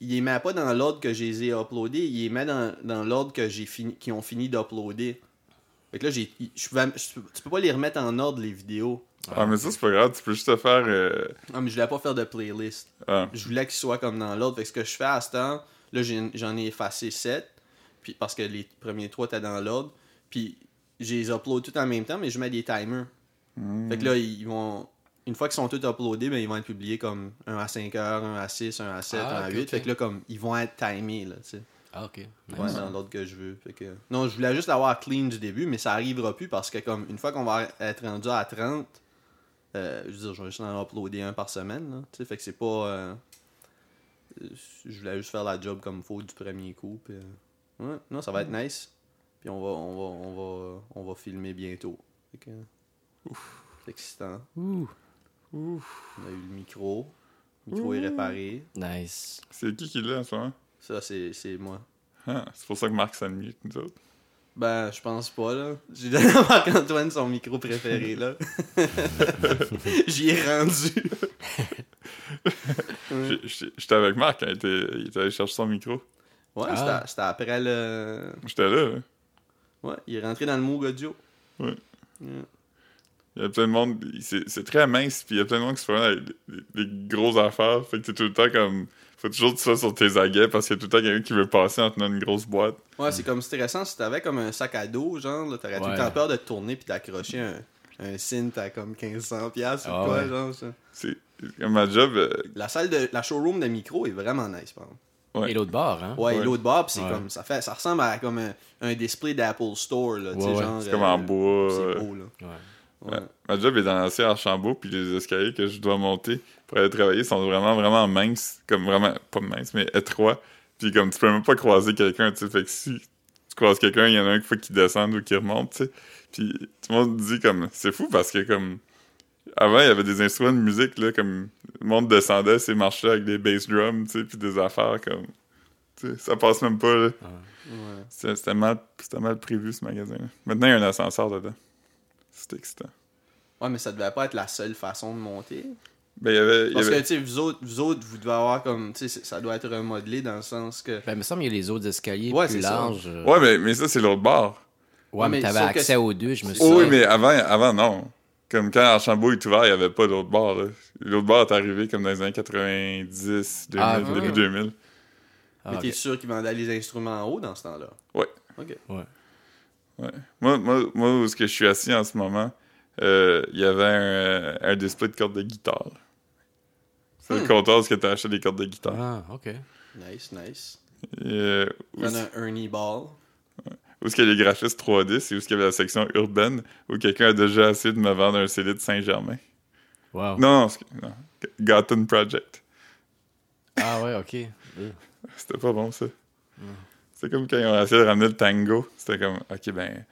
S1: il les met pas dans l'ordre que je les ai uploadés, il les met dans, dans l'ordre que j'ai fini, qu'ils ont fini d'uploader. Fait que là, j'ai, je, pouvais- je- tu peux pas les remettre en ordre, les vidéos.
S2: Ah, mais ça, c'est pas grave. Tu peux juste te faire. euh,
S1: Ah, mais je voulais pas faire de playlist
S2: ah.
S1: je voulais qu'il soit comme dans l'autre. Fait que ce que je fais à ce temps, là, j'ai- j'en ai effacé 7. Puis parce que les premiers 3 étaient dans l'ordre. Puis je les upload tout en même temps, mais je mets des timers.
S3: Hmm.
S1: Fait que là, ils vont. Une fois qu'ils sont tous uploadés, ben, ils vont être publiés comme 1 à 5 heures, 1 à 6, 1 à 7,
S3: Ah,
S1: 1 à
S3: ok,
S1: 8.
S3: ok.
S1: Fait que là, comme ils vont être timés, là, tu sais.
S3: Ah, ok. Nice.
S1: Ouais, dans l'ordre que je veux. Fait que... Non, je voulais juste l'avoir clean du début, mais ça arrivera plus parce que comme une fois qu'on va être rendu à 30, euh, je veux dire, je vais juste en uploader un par semaine. Là, tu sais, fait que c'est pas. euh, euh, Je voulais juste faire la job comme faut du premier coup. puis, euh, ouais, non, ça va être nice. Puis on va, on va, on va, on va filmer bientôt. Fait que... C'est excitant.
S3: Ouh.
S1: On a eu le micro. Le micro est réparé.
S3: Nice.
S2: C'est qui qui l'a en ce moment?
S1: Ça, c'est c'est moi.
S2: Ah, c'est pour ça que Marc s'ennuie avec nous autres.
S1: Ben, je pense pas, là. J'ai donné à Marc-Antoine son micro préféré, là. J'y ai rendu. Mm.
S2: J'ai- J'étais j'étais avec Marc quand il était, il était allé chercher son micro.
S1: Ouais,
S3: Ah.
S1: c'était- c'était après le.
S2: J'étais là. là.
S1: Ouais, il est rentré dans le Moog Audio.
S2: Ouais.
S1: Ouais.
S2: Il y a plein de monde. il- C'est c'est très mince, puis il y a plein de monde qui se promène avec des, des- des grosses affaires. Fait que t'es tout le temps comme. Faut toujours que tu sois sur tes aguets parce qu'il y a tout le temps quelqu'un qui veut passer en tenant une grosse boîte.
S1: Ouais, c'est comme stressant si t'avais comme un sac à dos, genre, là, t'aurais tout le
S3: Ouais.
S1: temps peur de te tourner puis d'accrocher un, un synth à comme 1500$ piastres ou
S3: Ah
S1: quoi,
S3: ouais.
S1: genre, ça.
S2: C'est comme ma job. euh,
S1: La salle de. La showroom de micro est vraiment nice, par exemple.
S2: Ouais.
S3: Et l'autre bord, hein?
S1: Ouais, et
S2: Ouais.
S1: l'autre bar, pis c'est
S3: Ouais.
S1: comme. Ça, fait, ça ressemble à comme un, un display d'Apple Store, là, tu sais,
S3: Ouais, ouais.
S1: genre.
S2: c'est comme en
S1: euh,
S2: bois. euh,
S1: C'est beau, là.
S3: Ouais.
S1: Ouais.
S2: Ma job est dans l'ancien Archambault, puis les escaliers que je dois monter pour aller travailler sont vraiment, vraiment minces. Comme vraiment, pas minces, mais étroits. Puis comme tu peux même pas croiser quelqu'un, tu sais. Fait que si tu croises quelqu'un, il y en a un qu'il faut qu'il descende ou qu'il remonte, tu sais. Puis tout le monde dit comme. C'est fou parce que comme. Avant, il y avait des instruments de musique, là, comme. Le monde descendait, c'est marchait avec des bass drums, tu sais, puis des affaires comme. Tu sais, ça passe même pas, là.
S1: Ouais.
S2: C'était c'était mal, c'était mal prévu, ce magasin-là. Maintenant, il y a un ascenseur dedans. C'est excitant.
S1: Ouais, mais ça devait pas être la seule façon de monter.
S2: Ben, il y avait. il y
S1: Parce que,
S2: avait-
S1: tu sais, vous autres, vous autres, vous devez avoir comme. Tu sais, ça doit être remodelé dans le sens que.
S3: Ben, il me semble qu'il y a les autres escaliers
S1: Ouais,
S3: plus
S1: c'est ça.
S3: larges. euh,
S2: Ouais, mais, mais ça, c'est l'autre bar. Oh
S3: Ouais, mais,
S1: mais
S3: t'avais
S1: sauf que
S3: accès
S1: c'est-
S3: aux deux, je me
S1: c'est-
S3: souviens.
S2: oui, mais avant, avant, non. Comme quand Archambault est ouvert, il n'y avait pas l'autre bar. là. L'autre bar est arrivé comme dans les années 90, 2000,
S3: Ah,
S2: début
S1: ouais.
S2: 2000.
S3: Ah,
S1: mais
S3: ok.
S1: t'es sûr qu'ils vendaient les instruments en haut dans ce temps-là.
S2: Ouais.
S1: Ok.
S2: Moi, moi, moi, où est-ce que je suis assis en ce moment, euh, il y avait un, euh, un display de cordes de guitare. C'est le
S1: Hmm.
S2: comptoir où est-ce que tu acheté des cordes de guitare.
S3: Ah, ok.
S1: Nice, nice.
S2: Et, euh, où
S1: Il y en
S2: est-ce
S1: a un Ernie Ball.
S2: où est-ce qu'il y a les graphistes 3D, c'est où est-ce qu'il y avait la section urbaine où quelqu'un a déjà essayé de me vendre un CD de Saint-Germain.
S3: Wow.
S2: Non, non, c'est- non. Gotten Project.
S3: Ah, ouais, ok. Euh,
S2: C'était pas bon, ça. C'est comme quand ils ont essayé de ramener le tango. C'était comme, OK, ben,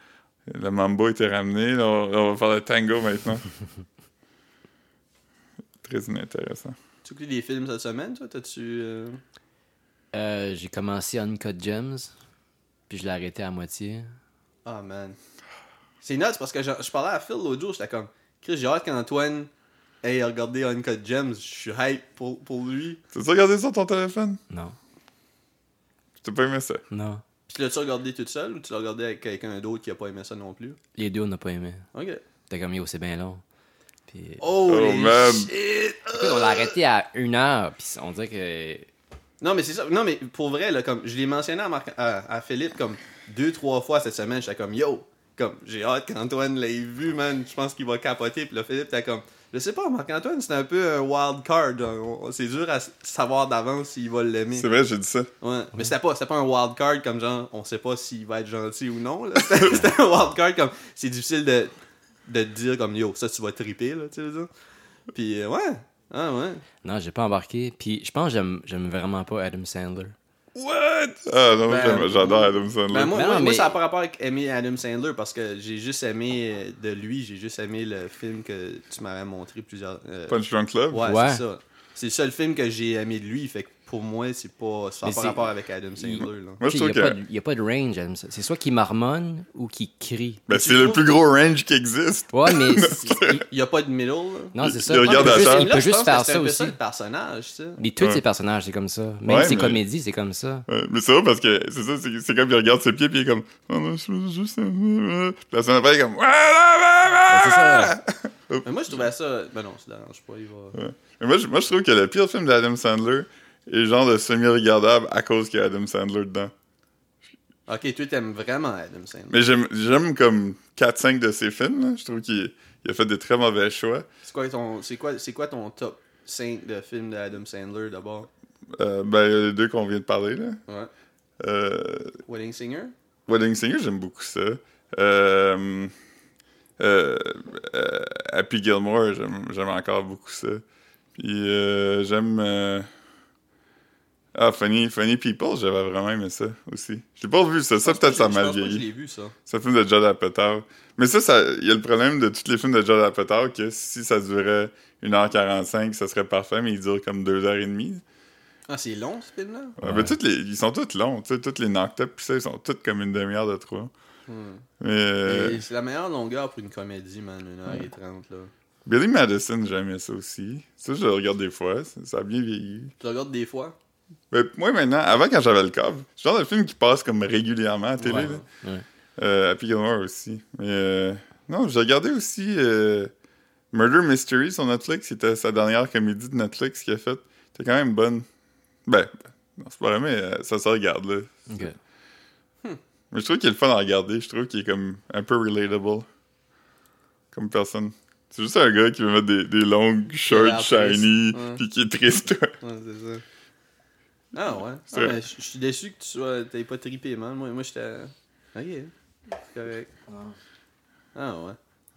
S2: le mambo était ramené, là, on, on va faire le tango maintenant. Très inintéressant.
S1: Tu écouté des films cette semaine, toi T'as-tu. euh,
S3: euh, J'ai commencé Uncut Gems, puis je l'ai arrêté à moitié.
S1: Ah, man. C'est nuts parce que je, je parlais à Phil l'autre jour, j'étais comme. Chris, j'ai hâte qu'Antoine ait regardé Uncut Gems. Je suis hype pour, pour lui.
S2: T'as-tu regardé ça sur ton téléphone?
S3: Non,
S2: T'as pas aimé ça?
S3: non.
S1: Puis l'as-tu regardé toute seule ou tu l'as regardé avec quelqu'un d'autre qui a pas aimé ça non plus
S3: Les deux, on n'a pas aimé.
S1: Ok.
S3: T'as comme, yo, c'est bien long. Puis,
S1: Oh,
S2: man.
S1: shit
S3: Écoute, on l'a arrêté à une heure, puis on dirait que.
S1: Non, mais c'est ça. Non, mais pour vrai, là, comme je l'ai mentionné à, Marc- à- à Philippe comme deux, trois fois cette semaine, j'étais comme yo, comme j'ai hâte qu'Antoine l'ait vu, man. Je pense qu'il va capoter. Puis là, Philippe, t'as comme je sais pas, Marc-Antoine, c'est un peu un wild card. hein. On- C'est dur à s- savoir d'avance s'il va l'aimer.
S2: C'est vrai, j'ai dit ça.
S1: Ouais. Mais c'était pas, c'était pas un wild card comme genre on sait pas s'il va être gentil ou non. là. C'était c'était un wild card comme c'est difficile de, de te dire comme yo, ça tu vas triper, là, tu sais, je veux dire. Puis euh, ouais, ah ouais.
S3: Non, j'ai pas embarqué. Puis je pense que j'aime- j'aime vraiment pas Adam Sandler.
S2: What? Ah non,
S1: Ben,
S2: j'aime- j'adore Adam Sandler.
S1: Ben, moi,
S3: Non,
S1: moi,
S3: mais-
S1: moi, ça n'a pas rapport avec aimer Adam Sandler parce que j'ai juste aimé euh, de lui, j'ai juste aimé le film que tu m'avais montré plusieurs. euh,
S2: Punch Drunk Club?
S1: ouais,
S3: Ouais.
S1: c'est ça. C'est le seul film que j'ai aimé de lui, fait que pour moi, c'est pas, ça
S3: Mais
S1: n'a pas
S3: c'est-
S1: rapport avec Adam Sandler. Là.
S2: Moi,
S3: Tu
S2: je
S3: sais,
S2: trouve
S3: il y a
S2: que
S3: pas de- Il n'y a pas de range, Adam Sandler. C'est soit qu'il marmonne ou qu'il crie.
S2: ben, c'est le plus gros range qui existe.
S3: Ouais, mais. c'est- il-
S1: Il n'y a pas de middle. là.
S3: Non, c'est ça.
S2: Il
S3: il
S2: regarde
S3: peut
S2: à
S3: juste,
S2: terre.
S3: il peut
S1: Là, je
S3: juste
S1: pense que
S3: faire
S1: c'est
S3: ça
S1: un peu
S3: aussi.
S1: le personnage, ça.
S3: Mais tous
S2: Ouais.
S3: ses personnages, c'est comme ça. Même
S2: Ouais,
S3: ses
S2: mais-
S3: comédies, c'est comme ça.
S2: Ouais, mais c'est vrai parce que c'est ça, c'est- c'est comme il regarde ses pieds puis il est comme. Oh, non, je suis juste. un- Puis La semaine après, il est comme. Ouais,
S3: Ben,
S2: là,
S3: c'est
S2: ben,
S3: ça.
S1: Mais moi, je trouvais ça. Ben non, ça dérange pas. Il va...
S2: ben. Mais moi, je, moi, je trouve que le pire film d'Adam Sandler est genre de semi-regardable à cause qu'il y a Adam Sandler dedans.
S1: Ok, toi, t'aimes vraiment Adam Sandler.
S2: Mais j'aime j'aime comme 4-5 de ses films. là. Je trouve qu'il il a fait des très mauvais choix.
S1: C'est quoi, ton- c'est quoi, c'est quoi ton top 5 de films d'Adam Sandler d'abord
S2: Euh, ben, il y a les deux qu'on vient de parler. Là.
S1: Ouais.
S2: Euh,
S1: Wedding Singer
S2: Wedding Singer, j'aime beaucoup ça. Euh, euh, euh, Happy Gilmore, j'aime j'aime encore beaucoup ça. Puis euh, j'aime. euh, Ah, Funny, Funny People, j'avais vraiment aimé ça aussi. J'ai pas vu ça, ça
S1: Ah, Je pense pas
S2: peut-être
S1: que
S2: ça
S1: je-
S2: m'a
S1: Je pense pas que je
S2: vieilli.
S1: l'ai vu, ça.
S2: C'est un film de Judd Apatow. Mais ça, ça- il y a le problème de tous les films de Judd Apatow que si ça durait 1h45, ça serait parfait, mais il dure comme 2h30.
S1: Ah, c'est long ce film-là?
S2: Ouais,
S3: Ouais.
S2: Euh, mais toutes les, ils sont tous longs, tu sais, toutes les knocked-up, pis ça, ils sont toutes comme une demi-heure de trop.
S1: Hmm.
S2: Mais, euh,
S1: Et C'est la meilleure longueur pour une comédie, man, 1h30. Là.
S2: Billy Madison, j'aimais ça aussi. Ça, je le regarde des fois. Ça, ça a bien vieilli.
S1: Tu le regardes des fois?
S2: Mais moi, maintenant, avant, quand j'avais le câble, c'est le genre de film qui passe comme régulièrement à télé.
S3: Ouais.
S2: là.
S3: Ouais.
S2: Euh, Happy Gilmore aussi. Mais euh, non, j'ai regardé aussi euh, Murder Mystery sur Netflix. C'était sa dernière comédie de Netflix qu'il a faite. C'était quand même bonne. Ben, non, c'est pas vrai, mais euh, ça se regarde, là.
S3: Ok.
S2: Mais je trouve qu'il est le fun à regarder. Je trouve qu'il est comme un peu relatable. Comme personne. C'est juste un gars qui veut mettre des, des longues shirts
S1: après,
S2: shiny,
S1: ouais.
S2: puis qui est triste.
S1: Ouais, c'est ça. Ah ouais.
S2: C'est
S1: Ah,
S2: vrai.
S1: mais je je suis déçu que tu sois... t'aies pas trippé, man. Moi, moi j'étais. Ok. C'est correct. Ah ouais.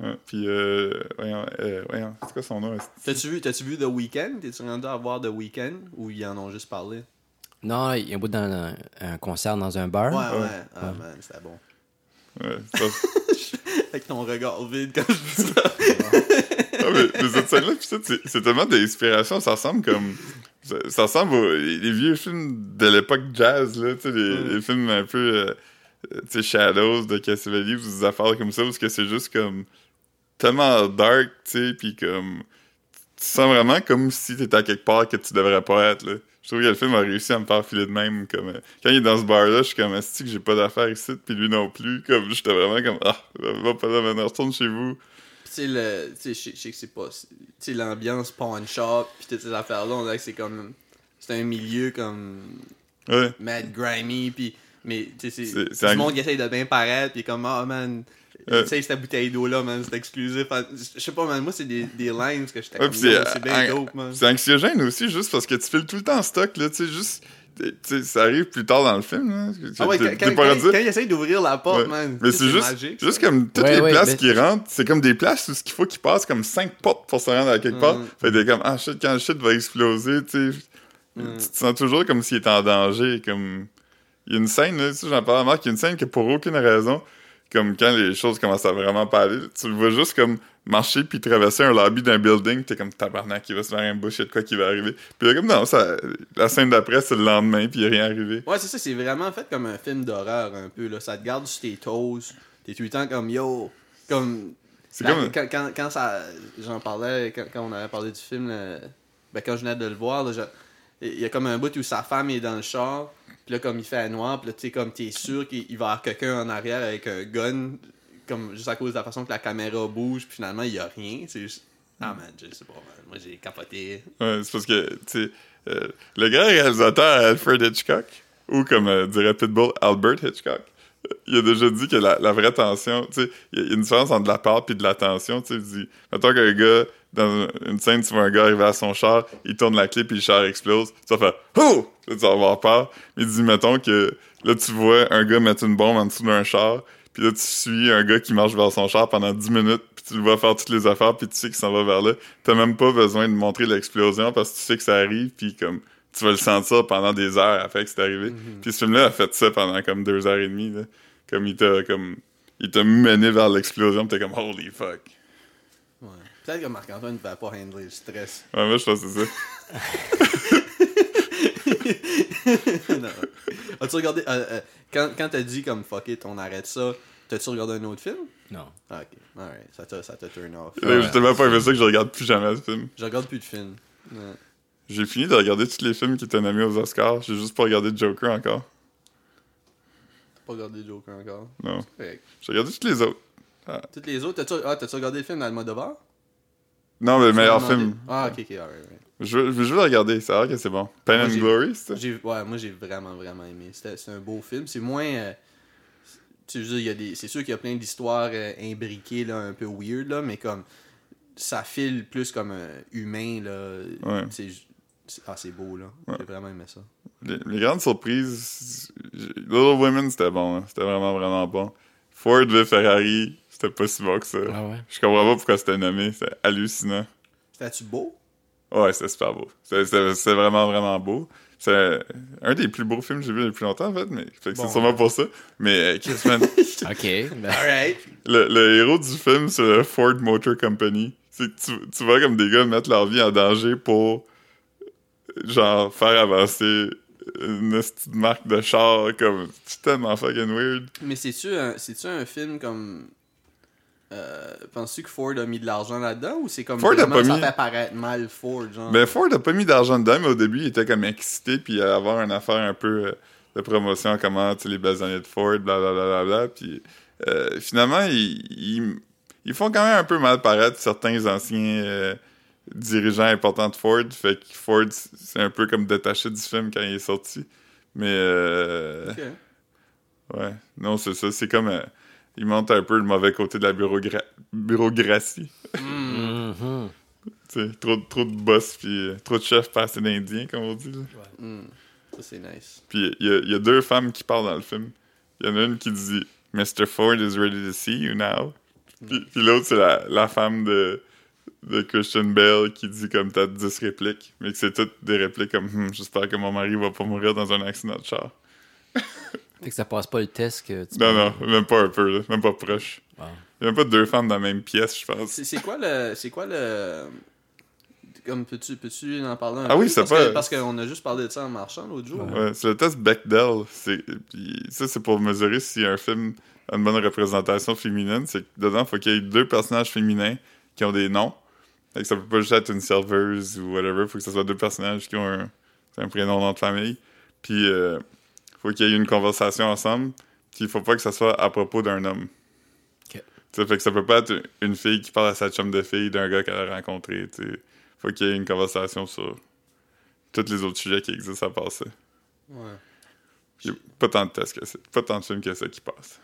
S2: Ouais, puis, euh, voyons, euh, voyons, c'est quoi son nom? est-ce-
S1: T'as-tu vu, t'as-tu vu The Weeknd? T'es-tu rendu à voir The Weeknd? Ou ils en ont juste parlé?
S3: Non, il y a un bout dans un, un concert dans un
S1: Ouais,
S3: bar.
S1: ouais. Ah man, c'était bon.
S2: Ouais, c'est pas-
S1: Avec ton regard vide quand je dis ça.
S2: Ah, mais, mais cette scène-là, puis ça, c'est- c'est tellement d'inspiration. Ça ressemble comme. Ça, ça ressemble aux les, les vieux films de l'époque jazz, là, tu sais, les,
S1: Mm.
S2: les films un peu. euh, tu sais, Shadows de Cassivelli, ou des affaires comme ça, parce que c'est juste comme. tellement dark, tu sais, puis comme. tu sens vraiment comme si t'étais à quelque part que tu devrais pas être, là. Je trouve que le film a réussi à me faire filer de même, comme... euh, quand il est dans ce bar-là, je suis comme, est que j'ai pas d'affaires ici, puis lui non plus, comme, j'étais vraiment comme, ah, va pas là, maintenant, retourne chez vous.
S1: Pis tu sais, le- tu sais, je sais- je sais que c'est pas. Tu sais, l'ambiance pawn shop, pis toutes ces affaires-là, on dirait que c'est comme. C'est un milieu comme.
S2: Ouais.
S1: mad grimy, pis. Mais, tu sais,
S2: C'est-
S1: c'est.
S2: c'est
S1: Tout
S2: un-
S1: le monde qui essaye de bien paraître, pis comme, ah, man.
S2: Euh.
S1: Tu sais, cette bouteille d'eau-là, man, c'est exclusif. Enfin, Je sais pas, man, moi, c'est des, des lines que j'étais
S2: Ouais,
S1: comme.
S2: pis
S1: yo,
S2: c'est-
S1: C'est bien
S2: ang-
S1: dope, man.
S2: C'est anxiogène aussi, juste parce que tu files tout le temps en stock, là, tu sais, juste... Tu sais, ça arrive plus tard dans le film, là.
S1: Ah ouais,
S2: T'es-
S1: quand,
S2: t'es
S1: quand,
S2: pas
S1: quand,
S2: rendu-
S1: quand il essaye d'ouvrir la porte,
S2: Ouais.
S1: man.
S2: Mais
S1: tu sais,
S2: c'est juste,
S1: magique,
S2: juste
S1: ça.
S2: comme toutes
S3: Ouais,
S2: les
S3: ouais, ben,
S2: places
S3: mais-
S2: qui rentrent, c'est comme des places où ce qu'il faut qu'ils passent comme cinq portes pour se rendre à quelque part.
S1: Mm.
S2: Fait que t'es comme, ah shit, quand le shit va exploser, tu sais.
S1: Mm.
S2: Tu te sens toujours comme s'il était en danger. Comme... Il y a une scène, là, tu sais, j'en parle à Marc, il y a une scène que pour aucune raison, comme quand les choses commencent à vraiment pas aller, tu le vois juste comme marcher puis traverser un lobby d'un building, t'es comme tabarnak, il va se faire un bullshit de quoi qui va arriver. Puis là, comme non, ça, la scène d'après, c'est le lendemain, puis il est rien arrivé.
S1: Ouais, c'est ça, c'est vraiment fait comme un film d'horreur un peu, là. Ça te garde sur tes toes. T'es tout le temps comme yo. Comme.
S2: C'est
S1: la-
S2: comme-
S1: Quand, quand, quand ça. J'en parlais, quand, quand on avait parlé du film, là, ben, quand je venais de le voir, là, je- il y a comme un bout où sa femme est dans le char, puis là, comme il fait à noir, puis là, tu sais, comme t'es sûr qu'il il va y avoir quelqu'un en arrière avec un gun, comme juste à cause de la façon que la caméra bouge, puis finalement, il y a rien. C'est juste. Ah, man, je sais pas, man. Moi, j'ai capoté.
S2: Ouais, c'est parce que, tu sais, euh, le grand réalisateur Alfred Hitchcock, ou comme euh, dirait Pitbull, Albert Hitchcock, euh, il a déjà dit que la, la vraie tension, tu sais, il y a- il y a une différence entre de la peur puis de la tension, tu sais, il dit, mettons qu'un gars, dans une scène, tu vois un gars arriver à son char, il tourne la clé puis le char explose, ça fait « Oh! » Là, tu vas avoir peur. Mais il dit, mettons que, là, tu vois un gars mettre une bombe en dessous d'un char, puis là, tu suis un gars qui marche vers son char pendant 10 minutes, puis tu le vois faire toutes les affaires, puis tu sais qu'il s'en va vers là. T'as même pas besoin de montrer l'explosion parce que tu sais que ça arrive, puis comme tu vas le sentir pendant des heures après que c'est arrivé. Puis ce film-là a fait ça pendant comme deux heures et demie. là. Comme il t'a comme il t'a mené vers l'explosion, puis t'es comme holy fuck.
S1: Ouais. Peut-être que Marc-Antoine ne pouvait pas handler le stress.
S2: Ouais, moi je pense que c'est ça.
S1: Non. As-tu regardé. euh, euh, quand quand t'as dit comme fuck it, on arrête ça, t'as-tu regardé un autre film
S3: Non.
S1: Ah, ok. Alright, ça t'a, ça t'a turn off.
S2: Là, J'ai tellement pas aimé ça que je regarde plus jamais ce film.
S1: Je regarde plus de films. Ouais.
S2: J'ai fini de regarder tous les films qui étaient nommés aux Oscars. J'ai juste pas regardé Joker encore.
S1: T'as pas regardé Joker encore.
S2: Non.
S1: Correct.
S2: J'ai regardé tous les autres.
S1: Toutes les autres, t'as-tu, ah, t'as-tu regardé le film d'Almodovar
S2: Non, mais le meilleur
S1: Non,
S2: film.
S1: des- Ah, ok, ok, alright. alright.
S2: Je, veux- je veux le regarder, c'est vrai que c'est bon. Pain
S1: Moi,
S2: and
S1: j'ai-
S2: Glory, c'est ça?
S1: J'ai, ouais, moi j'ai vraiment, vraiment aimé. C'était, c'est un beau film. C'est moins. euh, tu veux dire, il y a des, c'est sûr qu'il y a plein d'histoires euh, imbriquées, là, un peu weird, là, mais comme. Ça file plus comme euh, humain, là.
S2: Ouais.
S1: C'est, ju- c'est- ah, c'est beau, là. J'ai vraiment aimé ça.
S2: Les, les grandes surprises. j'ai- Little Women, c'était bon. hein. C'était vraiment, vraiment bon. Ford v Ferrari, c'était pas si bon que ça.
S3: Ah ouais?
S2: Je comprends pas pourquoi c'était nommé. C'était hallucinant.
S1: C'était-tu beau?
S2: Ouais, c'était super beau. C'était- C'était c'était vraiment, vraiment beau. C'est un des plus beaux films que j'ai vu depuis longtemps, en fait. mais fait que
S1: Bon.
S2: C'est sûrement pour ça. Mais, euh, Chris, man,
S3: Ok. ben-
S1: Alright.
S2: le, le héros du film, c'est le Ford Motor Company. C'est que tu, tu vois comme des gars mettre leur vie en danger pour, genre, faire avancer une petite marque de char. Comme, c'est tellement fucking weird.
S1: Mais c'est-tu un, c'est-tu un film comme. Euh, Penses-tu que Ford a mis de l'argent là-dedans ou c'est comme.
S2: Ford a
S1: vraiment
S2: pas
S1: ça
S2: mis-
S1: fait paraître mal Ford, genre.
S2: Ben, Ford a pas mis d'argent dedans, mais au début, il était comme excité, puis il allait avoir une affaire un peu euh, de promotion, comment, tu sais, les basanets de Ford, blablabla, puis euh, finalement, ils, ils, ils font quand même un peu mal paraître certains anciens euh, dirigeants importants de Ford, fait que Ford, c'est un peu comme détaché du film quand il est sorti, mais... euh,
S1: Ok.
S2: Ouais, non, c'est ça, c'est comme... euh, il montre un peu le mauvais côté de la bureaugra- bureaucratie.
S3: Mhm.
S2: Tu sais, trop, trop de boss puis euh, trop de chefs pas assez d'indiens, comme on dit. là.
S1: Hmm. Ça, c'est nice.
S2: Puis il y, a- il y a deux femmes qui parlent dans le film. Il y en a une qui dit Mr. Ford is ready to see you now. Puis, puis l'autre, c'est la, la femme de, de Christian Bell qui dit comme t'as 10 répliques, mais que c'est toutes des répliques comme Hum, j'espère que mon mari va pas mourir dans un accident de char.
S3: Fait que ça passe pas le test que tu
S2: Non, non, même pas un peu, là, même pas proche.
S3: Wow.
S2: Il y a même pas deux femmes dans la même pièce, je pense.
S1: C'est, c'est quoi le. C'est quoi le. Comme peux-tu, peux-tu en parler un
S2: Ah
S1: peu?
S2: oui, c'est
S1: parce
S2: pas-
S1: Que, parce qu'on a juste parlé de ça en marchant l'autre jour.
S2: Ouais, c'est le test Bechdel. C'est, puis ça, c'est pour mesurer si un film a une bonne représentation féminine. C'est que dedans, faut il faut qu'il y ait deux personnages féminins qui ont des noms. Fait que ça peut pas juste être une serveuse ou whatever. Faut que ce soit deux personnages qui ont un, un prénom nom de famille. Puis euh, faut qu'il y ait une conversation ensemble. Puis il faut pas que ça soit à propos d'un homme.
S3: Ok.
S2: Ça fait que ça peut pas être une fille qui parle à sa chum de fille d'un gars qu'elle a rencontré. T'sais. Faut qu'il y ait une conversation sur tous les autres sujets qui existent à part ça.
S1: Ouais.
S2: Y a pas tant de tests que ça. Pas tant de films que ça qui passent.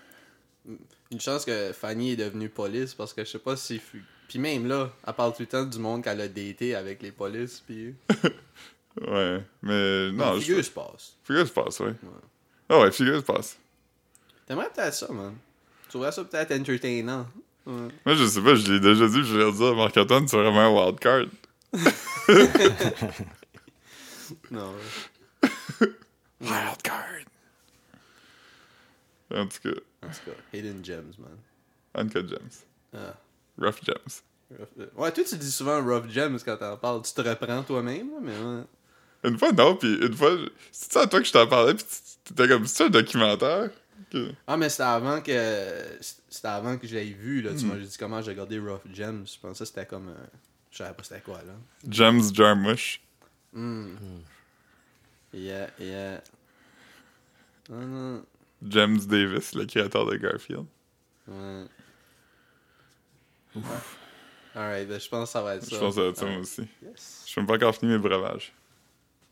S1: Une chance que Fanny est devenue police parce que je sais pas si. fu- Puis même là, elle parle tout le temps du monde qu'elle a daté avec les polices. Puis.
S2: Ouais. Mais non, je.
S1: Figure se passe.
S2: Figure se passe, ouais. Ah ouais, figure se passe.
S1: T'aimerais peut-être ça, man. Tu trouverais ça peut-être entertainant. Ouais.
S2: Moi, je sais pas, je l'ai déjà dit, je vais leur dire, Marc-Antoine, c'est vraiment un wildcard.
S1: Non. ouais.
S2: Wildcard! En tout cas,
S1: En tout cas, Hidden Gems, man.
S2: Uncut Gems.
S1: Ah.
S2: Rough Gems.
S1: Rough- euh, Ouais, toi, tu dis souvent Rough Gems quand t'en parles. Tu te reprends toi-même, là, mais ouais.
S2: Une fois, non, puis une fois, je- c'est à toi que je t'en parlais, puis tu- t'étais comme, c'est un documentaire? Que-
S1: Ah, mais c'était avant que. C'était avant que je l'ai vu, là.
S2: Hmm.
S1: Tu m'as dit comment j'ai regardé Rough Gems. Je pensais que c'était comme. euh, Je savais pas c'était quoi, là.
S2: Gems Jarmusch.
S1: Yeah, yeah. Non, non.
S2: James Davis, le créateur de Garfield.
S1: Ouais. Alright, ben, je pense que ça va être ça.
S2: Je pense à ça, moi aussi.
S1: Yes.
S2: Je suis même pas encore fini mes breuvages.